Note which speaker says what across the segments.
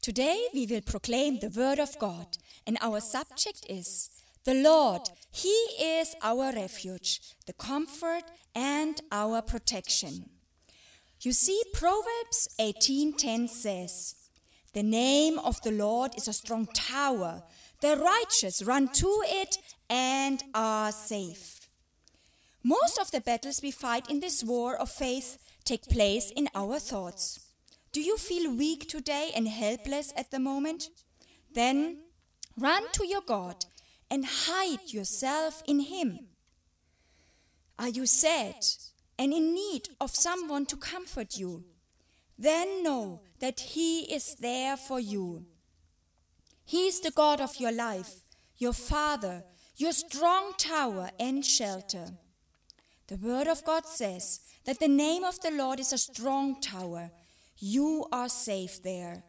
Speaker 1: Today we will proclaim the Word of God, and our subject is the Lord. He is our refuge, the comfort, and our protection. You see, Proverbs 18:10 says, "The name of the Lord is a strong tower; the righteous run to it and are safe." Most of the battles we fight in this war of faith take place in our thoughts. Do you feel weak today and helpless at the moment? Then run to your God and hide yourself in Him. Are you sad and in need of someone to comfort you? Then know that He is there for you. He is the God of your life, your Father, your strong tower and shelter. The Word of God says that the name of the Lord is a strong tower. You are safe there.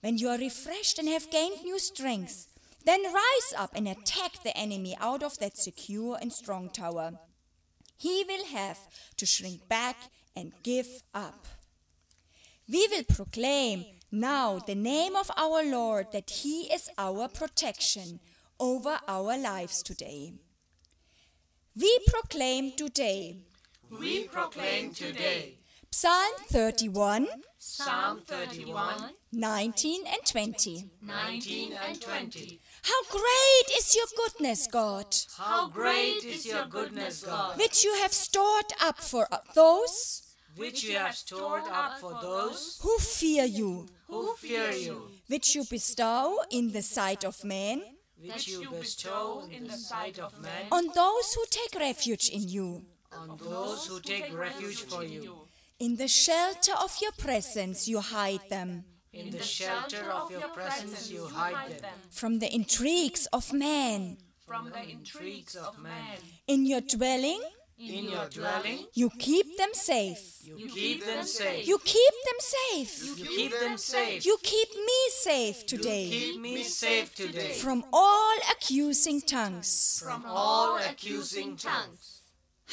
Speaker 1: When you are refreshed and have gained new strength, then rise up and attack the enemy out of that secure and strong tower. He will have to shrink back and give up. We will proclaim now the name of our Lord that He is our protection over our lives today. We proclaim today
Speaker 2: We proclaim today
Speaker 1: Psalm 31,
Speaker 2: Psalm 31,
Speaker 1: 19 and 20.
Speaker 2: 19 and 20.
Speaker 1: How great is your goodness, God,
Speaker 2: How great is your goodness, God,
Speaker 1: which you have stored up for those
Speaker 2: which you have stored up for those
Speaker 1: who fear you,
Speaker 2: who fear you,
Speaker 1: which you bestow in the sight of man
Speaker 2: which you bestow in the sight of men
Speaker 1: on those who take refuge in you.
Speaker 2: on those who take refuge for you.
Speaker 1: In the shelter of your presence, you hide them
Speaker 2: In the shelter of your presence you hide them
Speaker 1: from the intrigues of man.
Speaker 2: from the intrigues of man.
Speaker 1: In your dwelling,
Speaker 2: In your dwelling
Speaker 1: you keep them safe.
Speaker 2: you keep them safe.
Speaker 1: You keep them safe.
Speaker 2: You keep them safe.
Speaker 1: You keep me safe today
Speaker 2: Keep me safe today
Speaker 1: from all accusing tongues.
Speaker 2: from all accusing tongues.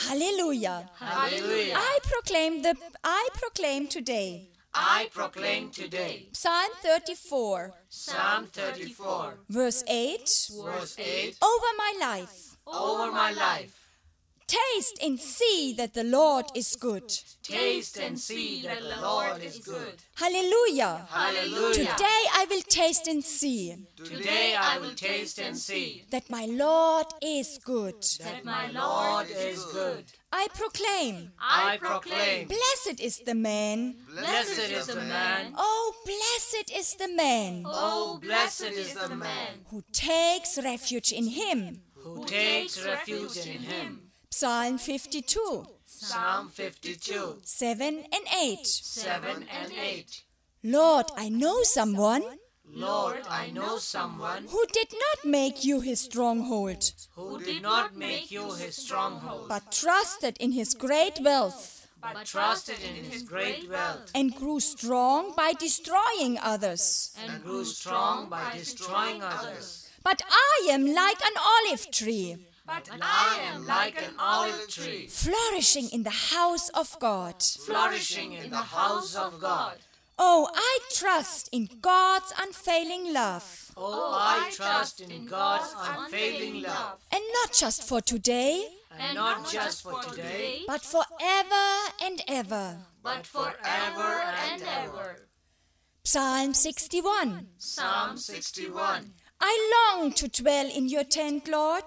Speaker 1: Hallelujah.
Speaker 2: Hallelujah.
Speaker 1: I proclaim the I proclaim today.
Speaker 2: I proclaim today
Speaker 1: Psalm 34,
Speaker 2: Psalm 34,
Speaker 1: verse 8.
Speaker 2: verse 8,
Speaker 1: Over my life,
Speaker 2: over my life.
Speaker 1: taste and see that the Lord is good.
Speaker 2: Taste and see that the Lord is good.
Speaker 1: Hallelujah.
Speaker 2: Hallelujah.
Speaker 1: Today I will taste and see
Speaker 2: Today I will taste and see
Speaker 1: that my Lord is good.
Speaker 2: that my Lord is good.
Speaker 1: I proclaim,
Speaker 2: I proclaim,
Speaker 1: blessed is the man.
Speaker 2: blessed is the man,
Speaker 1: Oh, blessed is the man
Speaker 2: oh, blessed is the man
Speaker 1: who takes refuge in him.
Speaker 2: who takes refuge in him.
Speaker 1: Psalm 52,
Speaker 2: Psalm 52,
Speaker 1: 7 and 8.
Speaker 2: 7 and 8.
Speaker 1: Lord, I know someone
Speaker 2: Lord, I know someone
Speaker 1: who did not make you his stronghold,
Speaker 2: who did not make you his stronghold,
Speaker 1: but trusted in his great wealth
Speaker 2: but trusted in his great wealth
Speaker 1: and grew strong by destroying others.
Speaker 2: and grew strong by destroying others.
Speaker 1: But I am like an olive tree,
Speaker 2: But I am like an olive tree
Speaker 1: flourishing in the house of God.
Speaker 2: flourishing in the house of God.
Speaker 1: Oh, I trust in God's unfailing love,
Speaker 2: Oh, I trust in God's unfailing love,
Speaker 1: and not just for today,
Speaker 2: and not just for today,
Speaker 1: but forever and ever.
Speaker 2: but forever and ever.
Speaker 1: Psalm 61
Speaker 2: Psalm 61.
Speaker 1: I long to dwell in your tent, Lord,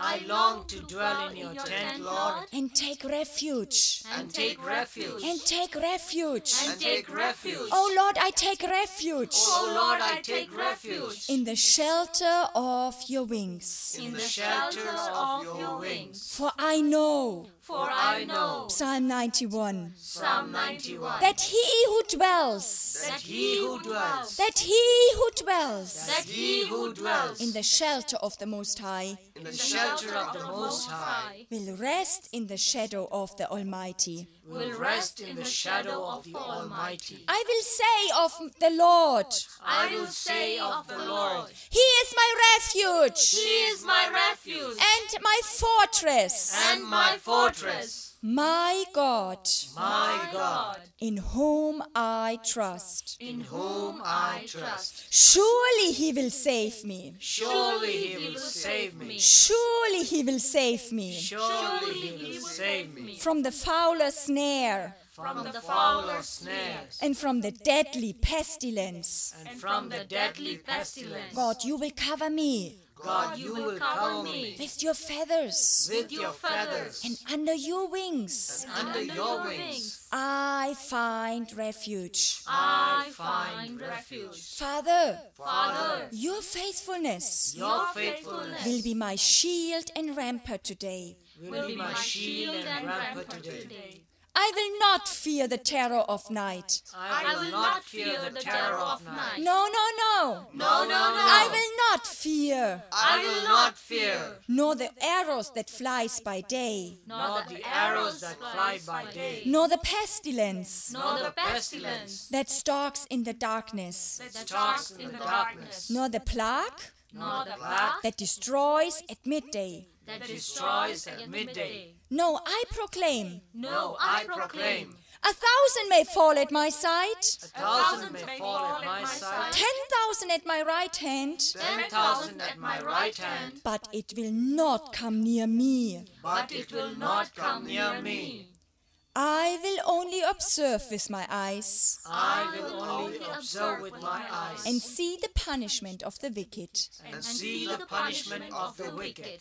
Speaker 2: I long to dwell in your tent, Lord,
Speaker 1: and take refuge.
Speaker 2: and take refuge,
Speaker 1: And take refuge.
Speaker 2: and take refuge.
Speaker 1: Oh Lord, I take refuge
Speaker 2: Oh Lord, I take refuge
Speaker 1: in the shelter of your wings.
Speaker 2: in the shelter of your wings.
Speaker 1: For I know,
Speaker 2: For I know,
Speaker 1: Psalm 91,
Speaker 2: Psalm 91,
Speaker 1: that he who dwells,
Speaker 2: that he who dwells,
Speaker 1: that he who dwells
Speaker 2: that he who dwells
Speaker 1: in the shelter of the Most High
Speaker 2: in the shelter of the Most High
Speaker 1: will rest in the shadow of the Almighty.
Speaker 2: will rest in the shadow of the Almighty.
Speaker 1: I will say of the Lord,
Speaker 2: I will say of the Lord,
Speaker 1: He is my refuge
Speaker 2: He is my refuge
Speaker 1: and my fortress.
Speaker 2: and my fortress
Speaker 1: My God,
Speaker 2: my God,
Speaker 1: in whom I trust.
Speaker 2: in whom I trust.
Speaker 1: Surely he will save me.
Speaker 2: Surely he will save me.
Speaker 1: Surely he will save me
Speaker 2: Surely he will save me
Speaker 1: from the fowler's snare
Speaker 2: from the fowler's snares
Speaker 1: and from the deadly pestilence.
Speaker 2: and from the deadly pestilence.
Speaker 1: God, you will cover me
Speaker 2: God, you will cover me
Speaker 1: with your feathers,
Speaker 2: with your feathers.
Speaker 1: and under your wings
Speaker 2: Under your wings,
Speaker 1: I find refuge.
Speaker 2: I find refuge.
Speaker 1: Father,
Speaker 2: Father,
Speaker 1: your faithfulness
Speaker 2: your faithfulness
Speaker 1: will be my shield and rampart today.
Speaker 2: will be my shield and rampart today.
Speaker 1: I will not fear the terror of night.
Speaker 2: I will not fear the terror of night.
Speaker 1: No, no, no.
Speaker 2: No, no,
Speaker 1: I
Speaker 2: no.
Speaker 1: will not fear,
Speaker 2: I will not fear,
Speaker 1: nor the arrows that flies by day,
Speaker 2: nor the arrows that fly by day,
Speaker 1: nor the pestilence
Speaker 2: nor the pestilence
Speaker 1: that stalks in the darkness,
Speaker 2: that stalks in the darkness,
Speaker 1: nor the plague
Speaker 2: nor the plague
Speaker 1: that destroys at midday.
Speaker 2: that destroys at midday.
Speaker 1: No, I proclaim,
Speaker 2: No, I proclaim,
Speaker 1: a thousand may fall at my side,
Speaker 2: a thousand may fall at my side,
Speaker 1: ten thousand at my right hand,
Speaker 2: ten thousand at my right hand,
Speaker 1: but it will not come near me.
Speaker 2: but it will not come near me.
Speaker 1: I will only observe with my eyes
Speaker 2: I will only observe with my eyes
Speaker 1: and see the punishment of the wicked.
Speaker 2: and see the punishment of the wicked.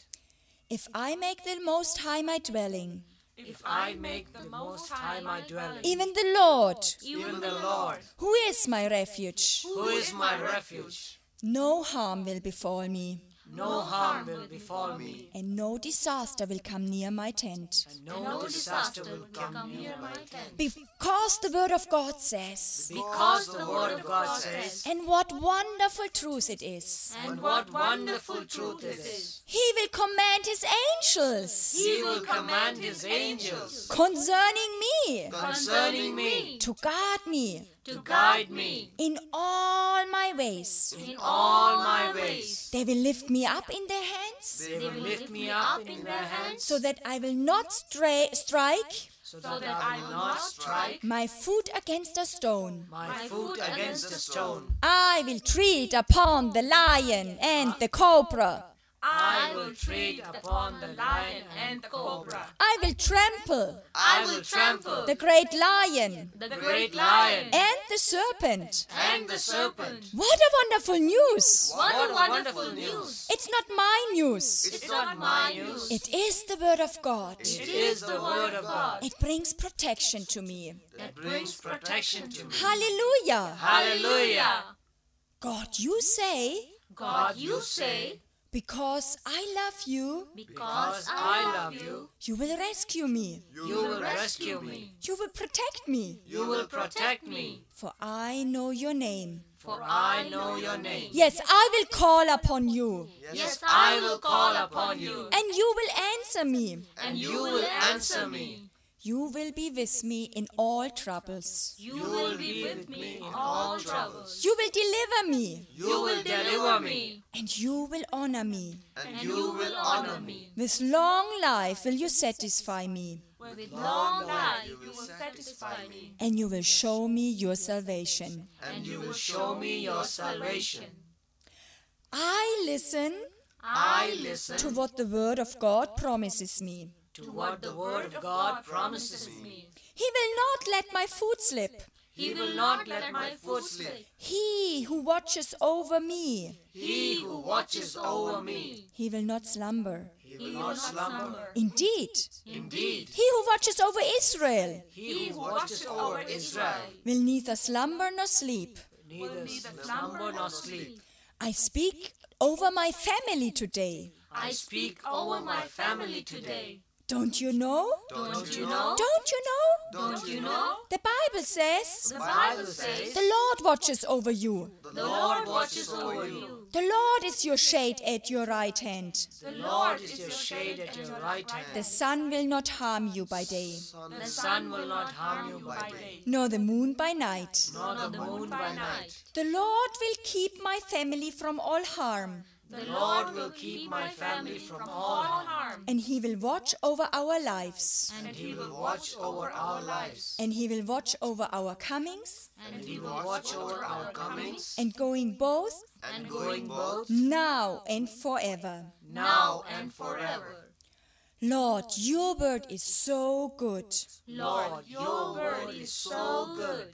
Speaker 1: If I make the Most High my dwelling,
Speaker 2: If I make the Most High my dwelling,
Speaker 1: even the Lord,
Speaker 2: even the Lord,
Speaker 1: who is my refuge,
Speaker 2: who is my refuge,
Speaker 1: no harm will befall me,
Speaker 2: no harm will befall me,
Speaker 1: and no disaster will come near my tent.
Speaker 2: no disaster will come near my tent.
Speaker 1: Because the Word of God says,
Speaker 2: Because the Word of God says,
Speaker 1: and what wonderful truth it is,
Speaker 2: and what wonderful truth it is,
Speaker 1: He will command His angels
Speaker 2: He will command His angels
Speaker 1: concerning me
Speaker 2: concerning me
Speaker 1: to guard me
Speaker 2: to guide me
Speaker 1: in all my ways.
Speaker 2: in all my ways.
Speaker 1: They will lift me up in their hands
Speaker 2: They will lift me up in their hands
Speaker 1: so that I will not stray, strike
Speaker 2: so that I will not strike
Speaker 1: my foot against a stone.
Speaker 2: my foot against a stone.
Speaker 1: I will tread upon the lion and the cobra.
Speaker 2: I will tread upon the lion and the cobra.
Speaker 1: I will trample
Speaker 2: I will trample
Speaker 1: the great lion
Speaker 2: the great lion
Speaker 1: and the serpent.
Speaker 2: and the serpent.
Speaker 1: What a wonderful news!
Speaker 2: What a wonderful news!
Speaker 1: It's not my news,
Speaker 2: It's not my news.
Speaker 1: it is the Word of God.
Speaker 2: It is the word of God
Speaker 1: It brings protection to me.
Speaker 2: that brings protection to me.
Speaker 1: Hallelujah!
Speaker 2: Hallelujah!
Speaker 1: God, you say,
Speaker 2: God, you say,
Speaker 1: because I love you,
Speaker 2: because I love you,
Speaker 1: you will rescue me,
Speaker 2: you will rescue me.
Speaker 1: you will protect me,
Speaker 2: You will protect me,
Speaker 1: for I know your name.
Speaker 2: for I know your name.
Speaker 1: Yes, I will call upon you.
Speaker 2: Yes, I will call upon you,
Speaker 1: And you will answer me.
Speaker 2: and you will answer me.
Speaker 1: You will be with me in all troubles.
Speaker 2: You will be with me in all troubles.
Speaker 1: You will deliver me,
Speaker 2: You will deliver me,
Speaker 1: and you will honor me.
Speaker 2: and you will honor me.
Speaker 1: With long life will you satisfy me,
Speaker 2: With long life, you will satisfy me,
Speaker 1: and you will show me your salvation.
Speaker 2: and you will show me your salvation.
Speaker 1: I listen
Speaker 2: I listen
Speaker 1: to what the Word of God promises me.
Speaker 2: to what the Word of God promises me.
Speaker 1: He will not let my foot slip.
Speaker 2: He will not let my foot slip.
Speaker 1: He who watches over me,
Speaker 2: He who watches over me
Speaker 1: he will not slumber.
Speaker 2: he will not slumber.
Speaker 1: Indeed,
Speaker 2: Indeed,
Speaker 1: he who watches over Israel
Speaker 2: he who watches over Israel
Speaker 1: will neither slumber nor sleep.
Speaker 2: neither slumber nor sleep.
Speaker 1: I speak over my family today.
Speaker 2: I speak over my family today.
Speaker 1: Don't you know?
Speaker 2: Don't you know?
Speaker 1: Don't you know?
Speaker 2: Don't you know?
Speaker 1: The Bible says
Speaker 2: The Bible says
Speaker 1: the Lord watches over you.
Speaker 2: the Lord watches over you.
Speaker 1: The Lord is your shade at your right hand.
Speaker 2: The Lord is your shade at your right hand.
Speaker 1: The sun will not harm you by day,
Speaker 2: The sun will not harm you by day,
Speaker 1: nor the moon by night.
Speaker 2: nor the moon by night.
Speaker 1: The Lord will keep my family from all harm.
Speaker 2: The Lord will keep my family from all harm,
Speaker 1: and He will watch over our lives,
Speaker 2: and He will watch over our lives,
Speaker 1: and He will watch over our comings
Speaker 2: and He will watch over our comings
Speaker 1: and going both
Speaker 2: and going both
Speaker 1: now and forever.
Speaker 2: now and forever.
Speaker 1: Lord, your word is so good.
Speaker 2: Lord, your word is so good.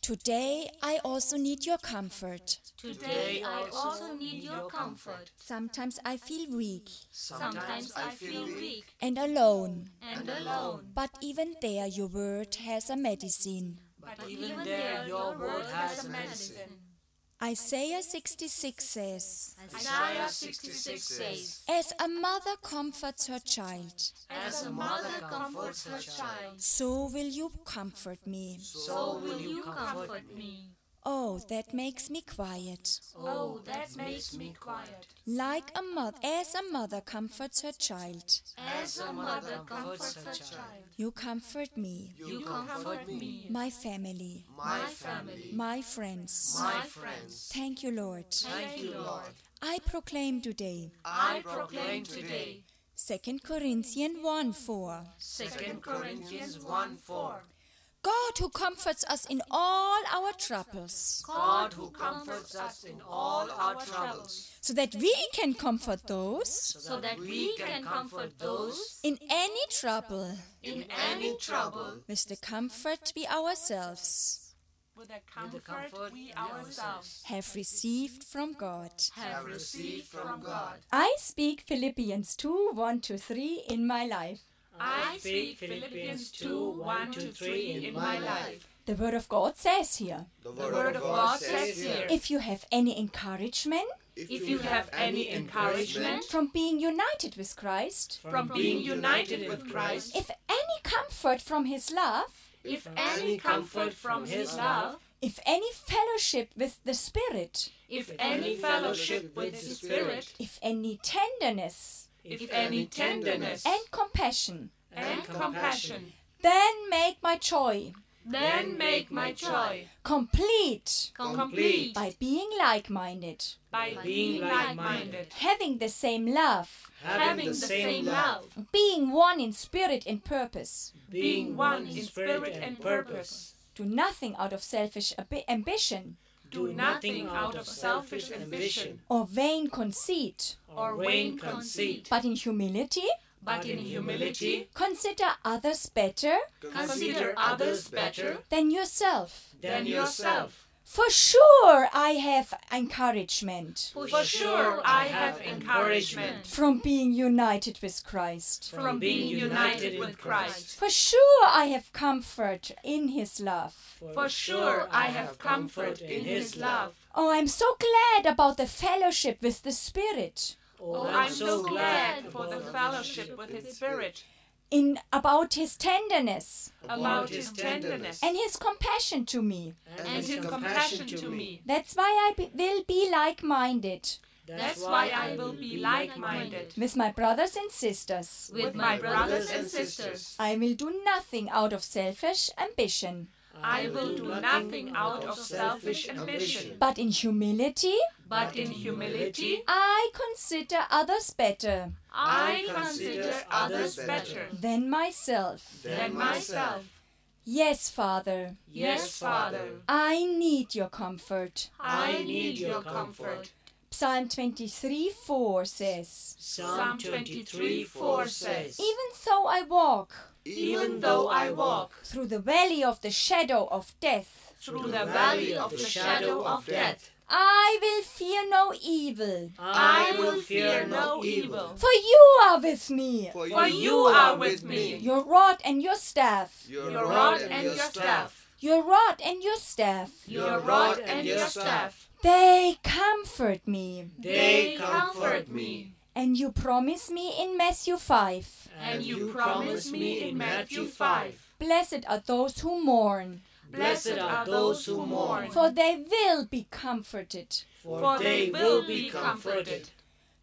Speaker 1: Today I also need your comfort.
Speaker 3: Today I also need your comfort.
Speaker 1: Sometimes I feel weak
Speaker 2: Sometimes I feel weak
Speaker 1: and alone,
Speaker 3: and alone,
Speaker 1: but even there your word has a medicine.
Speaker 2: but even there your word has a medicine.
Speaker 1: Isaiah 66 says,
Speaker 3: Isaiah 66 says,
Speaker 1: As a mother comforts her child,
Speaker 3: As a mother comforts her child,
Speaker 1: so will you comfort me.
Speaker 3: so will you comfort me.
Speaker 1: Oh, that makes me quiet.
Speaker 3: Oh, that makes me quiet.
Speaker 1: Like a mother, as a mother comforts her child,
Speaker 3: As a mother comforts her child,
Speaker 1: you comfort me,
Speaker 3: you comfort me,
Speaker 1: my family,
Speaker 3: my family,
Speaker 1: my friends.
Speaker 3: my friends.
Speaker 1: Thank you, Lord.
Speaker 3: Thank you, Lord.
Speaker 1: I proclaim today
Speaker 3: I proclaim today
Speaker 1: 2 Corinthians 1 4.
Speaker 3: 2 Corinthians 1 4.
Speaker 1: God who comforts us in all our troubles,
Speaker 3: God who comforts us in all our troubles,
Speaker 1: so that we can comfort those
Speaker 3: so that we can comfort those
Speaker 1: in any trouble
Speaker 3: in any trouble
Speaker 1: with the comfort we ourselves
Speaker 4: with the comfort,
Speaker 2: comfort
Speaker 4: we
Speaker 2: we
Speaker 4: ourselves
Speaker 1: have received from God.
Speaker 3: have received from God.
Speaker 1: I speak Philippians 2 1 to 3 in my life.
Speaker 4: I speak Philippians 2 1 to 3 in my life.
Speaker 1: The Word of God says here
Speaker 5: The Word of God says here,
Speaker 1: if you have any encouragement
Speaker 5: if you have any encouragement
Speaker 1: from being united with Christ,
Speaker 4: From being united with Christ,
Speaker 1: if any comfort from His love,
Speaker 4: if any comfort from His love,
Speaker 1: if any fellowship with the Spirit,
Speaker 4: if any fellowship with the Spirit,
Speaker 1: if any tenderness
Speaker 4: if any tenderness
Speaker 1: and compassion,
Speaker 4: and compassion,
Speaker 1: then make my joy
Speaker 4: then make my joy
Speaker 1: complete
Speaker 4: complete
Speaker 1: by being like minded,
Speaker 4: by being like minded,
Speaker 1: having the same love,
Speaker 4: having the same love,
Speaker 1: being one in spirit and purpose.
Speaker 4: being one in spirit and purpose.
Speaker 1: Do nothing out of selfish abi- ambition
Speaker 4: Do nothing out of selfish ambition
Speaker 1: or vain conceit,
Speaker 4: or vain conceit,
Speaker 1: but in humility
Speaker 4: but in humility
Speaker 1: consider others better
Speaker 4: Consider others better
Speaker 1: than yourself.
Speaker 4: than yourself.
Speaker 1: For sure, I have encouragement
Speaker 4: For sure, I have encouragement
Speaker 1: from being united with Christ.
Speaker 4: from being united with Christ.
Speaker 1: For sure, I have comfort in His love.
Speaker 4: For sure, I have comfort in His love.
Speaker 1: Oh, I'm so glad about the fellowship with the Spirit.
Speaker 4: Oh, I'm so glad for the fellowship with His Spirit,
Speaker 1: In about his tenderness
Speaker 4: about His tenderness
Speaker 1: and his compassion to me.
Speaker 4: and His compassion to me.
Speaker 1: That's why I be- will be like minded
Speaker 4: That's why I will be like minded
Speaker 1: with my brothers and sisters.
Speaker 3: With
Speaker 4: with my brothers and sisters.
Speaker 1: I will do nothing out of selfish ambition,
Speaker 4: I will do nothing out of selfish ambition,
Speaker 1: but in humility,
Speaker 4: but in humility,
Speaker 1: I consider others better
Speaker 4: I consider others better
Speaker 1: than myself.
Speaker 4: than myself.
Speaker 1: Yes, Father,
Speaker 4: Yes, Father,
Speaker 1: I need your comfort.
Speaker 4: I need your comfort.
Speaker 1: Psalm 23 4 says,
Speaker 4: Psalm 23 4 says,
Speaker 1: Even though I walk
Speaker 4: Even though I walk
Speaker 1: through the valley of the shadow of death,
Speaker 4: through the valley of the shadow of death,
Speaker 1: I will fear no evil,
Speaker 4: I will fear no evil.
Speaker 1: for you are with me.
Speaker 4: For you are with me,
Speaker 1: Your rod and your staff,
Speaker 4: your rod and your staff,
Speaker 1: your rod and your staff,
Speaker 4: your rod and your staff,
Speaker 1: they comfort me.
Speaker 4: they comfort me.
Speaker 1: And you promise me in Matthew 5
Speaker 4: And you promise me in Matthew 5
Speaker 1: Blessed are those who mourn,
Speaker 4: Blessed are those who mourn,
Speaker 1: for they will be comforted.
Speaker 4: for they will be comforted.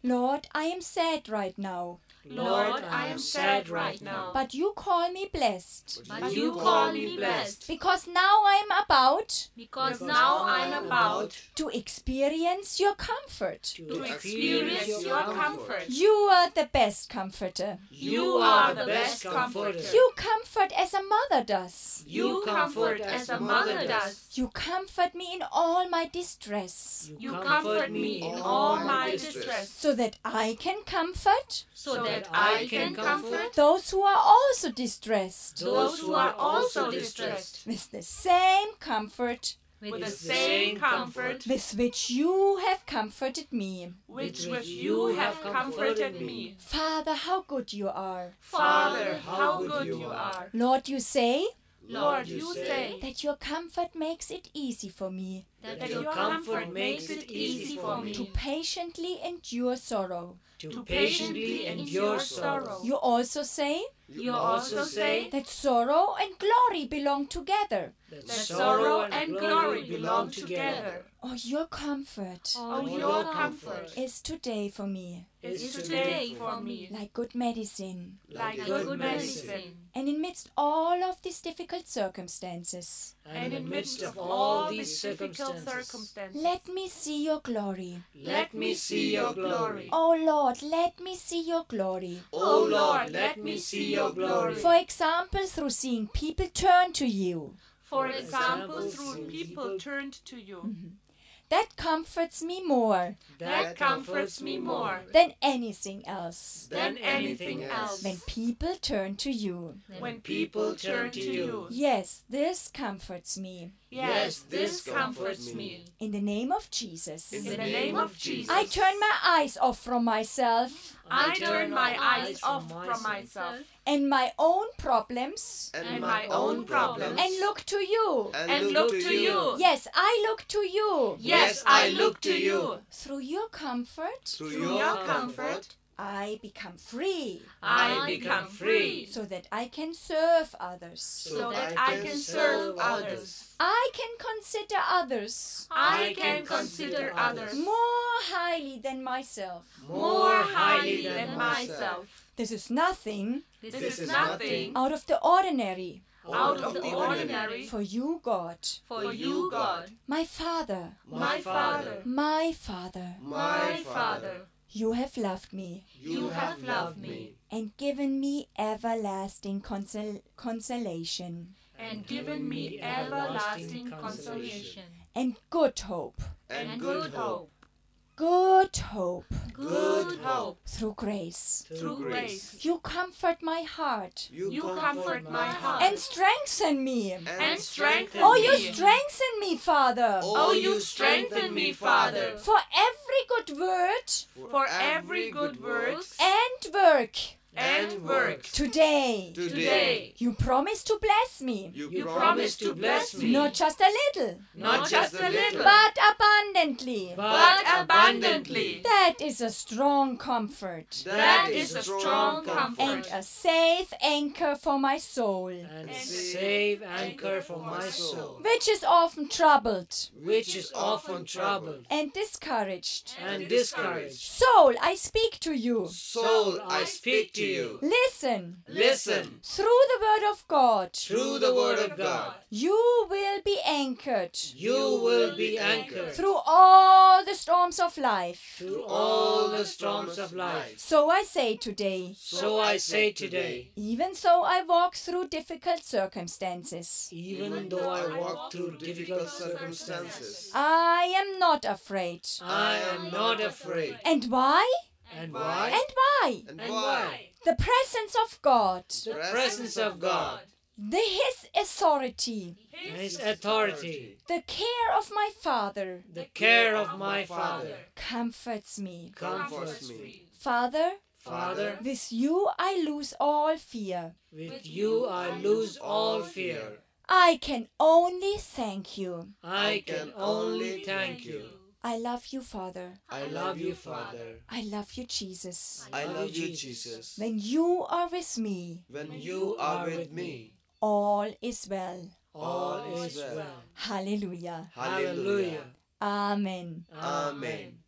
Speaker 1: Lord, I am sad right now.
Speaker 4: Lord, I am sad right now.
Speaker 1: But you call me blessed.
Speaker 5: But you call me blessed,
Speaker 1: Because now I'm about
Speaker 3: because now I'm about
Speaker 1: to experience your comfort.
Speaker 5: to
Speaker 4: Experience your comfort.
Speaker 1: You are the best comforter.
Speaker 4: You are the best comforter.
Speaker 1: You comfort as a mother does.
Speaker 4: You comfort as a mother does.
Speaker 1: You comfort me in all my distress.
Speaker 4: You comfort me in all my distress,
Speaker 1: So that I can comfort
Speaker 3: so that I can comfort
Speaker 1: those who are also distressed
Speaker 4: those who are also distressed,
Speaker 1: with the same comfort
Speaker 3: with
Speaker 4: with
Speaker 3: the
Speaker 4: the same comfort
Speaker 1: with which you have comforted me.
Speaker 4: which with you have comforted me.
Speaker 1: Father, how good you are.
Speaker 4: Father, how good you are.
Speaker 1: Lord, you say
Speaker 4: Lord, you say
Speaker 1: that your comfort makes it easy for me
Speaker 4: that your comfort makes it easy for
Speaker 1: to
Speaker 4: me
Speaker 1: patiently endure sorrow.
Speaker 4: to patiently endure sorrow.
Speaker 1: You also say
Speaker 4: You also say
Speaker 1: that sorrow and glory belong together,
Speaker 4: that sorrow and glory belong together.
Speaker 1: or Oh, your comfort
Speaker 3: Oh,
Speaker 4: Oh, your comfort
Speaker 1: is today for me,
Speaker 4: is today for me
Speaker 1: like good medicine.
Speaker 4: like good medicine.
Speaker 1: And amidst all of these difficult circumstances,
Speaker 4: And in midst of all these difficult circumstances,
Speaker 1: let me see your glory.
Speaker 4: let me see your glory.
Speaker 1: Oh Lord, let me see your glory.
Speaker 4: O "Oh Lord, let me see your glory.
Speaker 1: For example, through seeing people turn to you.
Speaker 4: For example, through people turned to you.
Speaker 1: That comforts me more
Speaker 4: That comforts me more
Speaker 1: than anything else.
Speaker 4: than anything else.
Speaker 1: When people turn to you.
Speaker 4: When people turn to you,
Speaker 1: Yes, this comforts me.
Speaker 4: yes, this comforts me.
Speaker 1: In the name of Jesus.
Speaker 4: In the name of Jesus,
Speaker 1: I turn my eyes off from myself
Speaker 4: I turn my eyes off from myself
Speaker 1: and my own problems
Speaker 4: and my own problems
Speaker 1: and look to you.
Speaker 4: and look to you.
Speaker 1: Yes, I look to you.
Speaker 4: Yes, I look to you.
Speaker 1: Through your comfort,
Speaker 5: through
Speaker 4: Through your comfort,
Speaker 1: I become free
Speaker 4: I become free
Speaker 1: so that I can serve others.
Speaker 4: so that I can serve others.
Speaker 1: I can consider others
Speaker 4: I can consider others
Speaker 1: more highly than myself.
Speaker 4: more highly than myself.
Speaker 1: This is nothing
Speaker 4: This is nothing
Speaker 1: out of the ordinary
Speaker 4: out of the ordinary
Speaker 1: for you, God,
Speaker 4: for you, God,
Speaker 1: my Father,
Speaker 4: my Father,
Speaker 1: my Father.
Speaker 4: my Father.
Speaker 1: You have loved me
Speaker 4: You have loved me
Speaker 1: and given me everlasting consol- consolation
Speaker 4: and given me everlasting consolation
Speaker 1: and good hope,
Speaker 4: and good hope,
Speaker 1: good hope
Speaker 4: good hope
Speaker 1: through grace.
Speaker 4: through grace.
Speaker 1: You comfort my heart
Speaker 4: You comfort my
Speaker 1: and
Speaker 4: heart
Speaker 1: strengthen me.
Speaker 4: and strengthen
Speaker 1: Oh, you
Speaker 4: me.
Speaker 1: strengthen me, Father.
Speaker 4: Oh, you strengthen me, Father,
Speaker 1: For every good word
Speaker 4: for every good work
Speaker 1: and work
Speaker 4: and work.
Speaker 1: today,
Speaker 4: Today,
Speaker 1: you promise to bless me.
Speaker 5: you
Speaker 4: you promise to bless me,
Speaker 1: Not just a little,
Speaker 4: not just a little,
Speaker 1: but abundantly.
Speaker 4: but abundantly.
Speaker 1: That is a strong comfort
Speaker 4: That is a strong comfort
Speaker 1: and a safe anchor for my soul,
Speaker 2: and save anchor for my soul,
Speaker 1: which is often troubled
Speaker 2: which is often troubled
Speaker 1: and discouraged.
Speaker 2: and discouraged.
Speaker 1: Soul, I speak to you.
Speaker 2: Soul, I speak to you.
Speaker 1: Listen.
Speaker 2: Listen
Speaker 1: Through the word of God,
Speaker 2: through the word of God.
Speaker 1: you will be anchored
Speaker 2: You will be anchored
Speaker 1: through all the storms of life.
Speaker 2: through all the storms of life.
Speaker 1: So I say today,
Speaker 2: So I say today,
Speaker 1: even though I walk through difficult circumstances,
Speaker 2: even though I walk through difficult circumstances,
Speaker 1: I am not afraid.
Speaker 2: I am not afraid.
Speaker 1: And why?
Speaker 2: And
Speaker 1: And
Speaker 2: why?
Speaker 1: why?
Speaker 5: and
Speaker 4: And
Speaker 5: why?
Speaker 4: why?
Speaker 1: The presence of God,
Speaker 2: The presence of God,
Speaker 1: the His authority,
Speaker 2: His authority,
Speaker 1: the care of my Father
Speaker 2: the care of my Father
Speaker 1: comforts me.
Speaker 2: comforts me.
Speaker 1: Father,
Speaker 2: Father,
Speaker 1: with you I lose all fear.
Speaker 2: with you I lose all fear.
Speaker 1: I can only thank you.
Speaker 2: I can only thank you.
Speaker 1: I love you, Father.
Speaker 5: I
Speaker 2: I love you, Father.
Speaker 1: I love you, Jesus.
Speaker 5: I love you, Jesus.
Speaker 1: When you are with me,
Speaker 5: When you are with me,
Speaker 1: all is well.
Speaker 2: All is well.
Speaker 1: Hallelujah.
Speaker 5: hallelujah.
Speaker 1: Amen.
Speaker 2: Amen.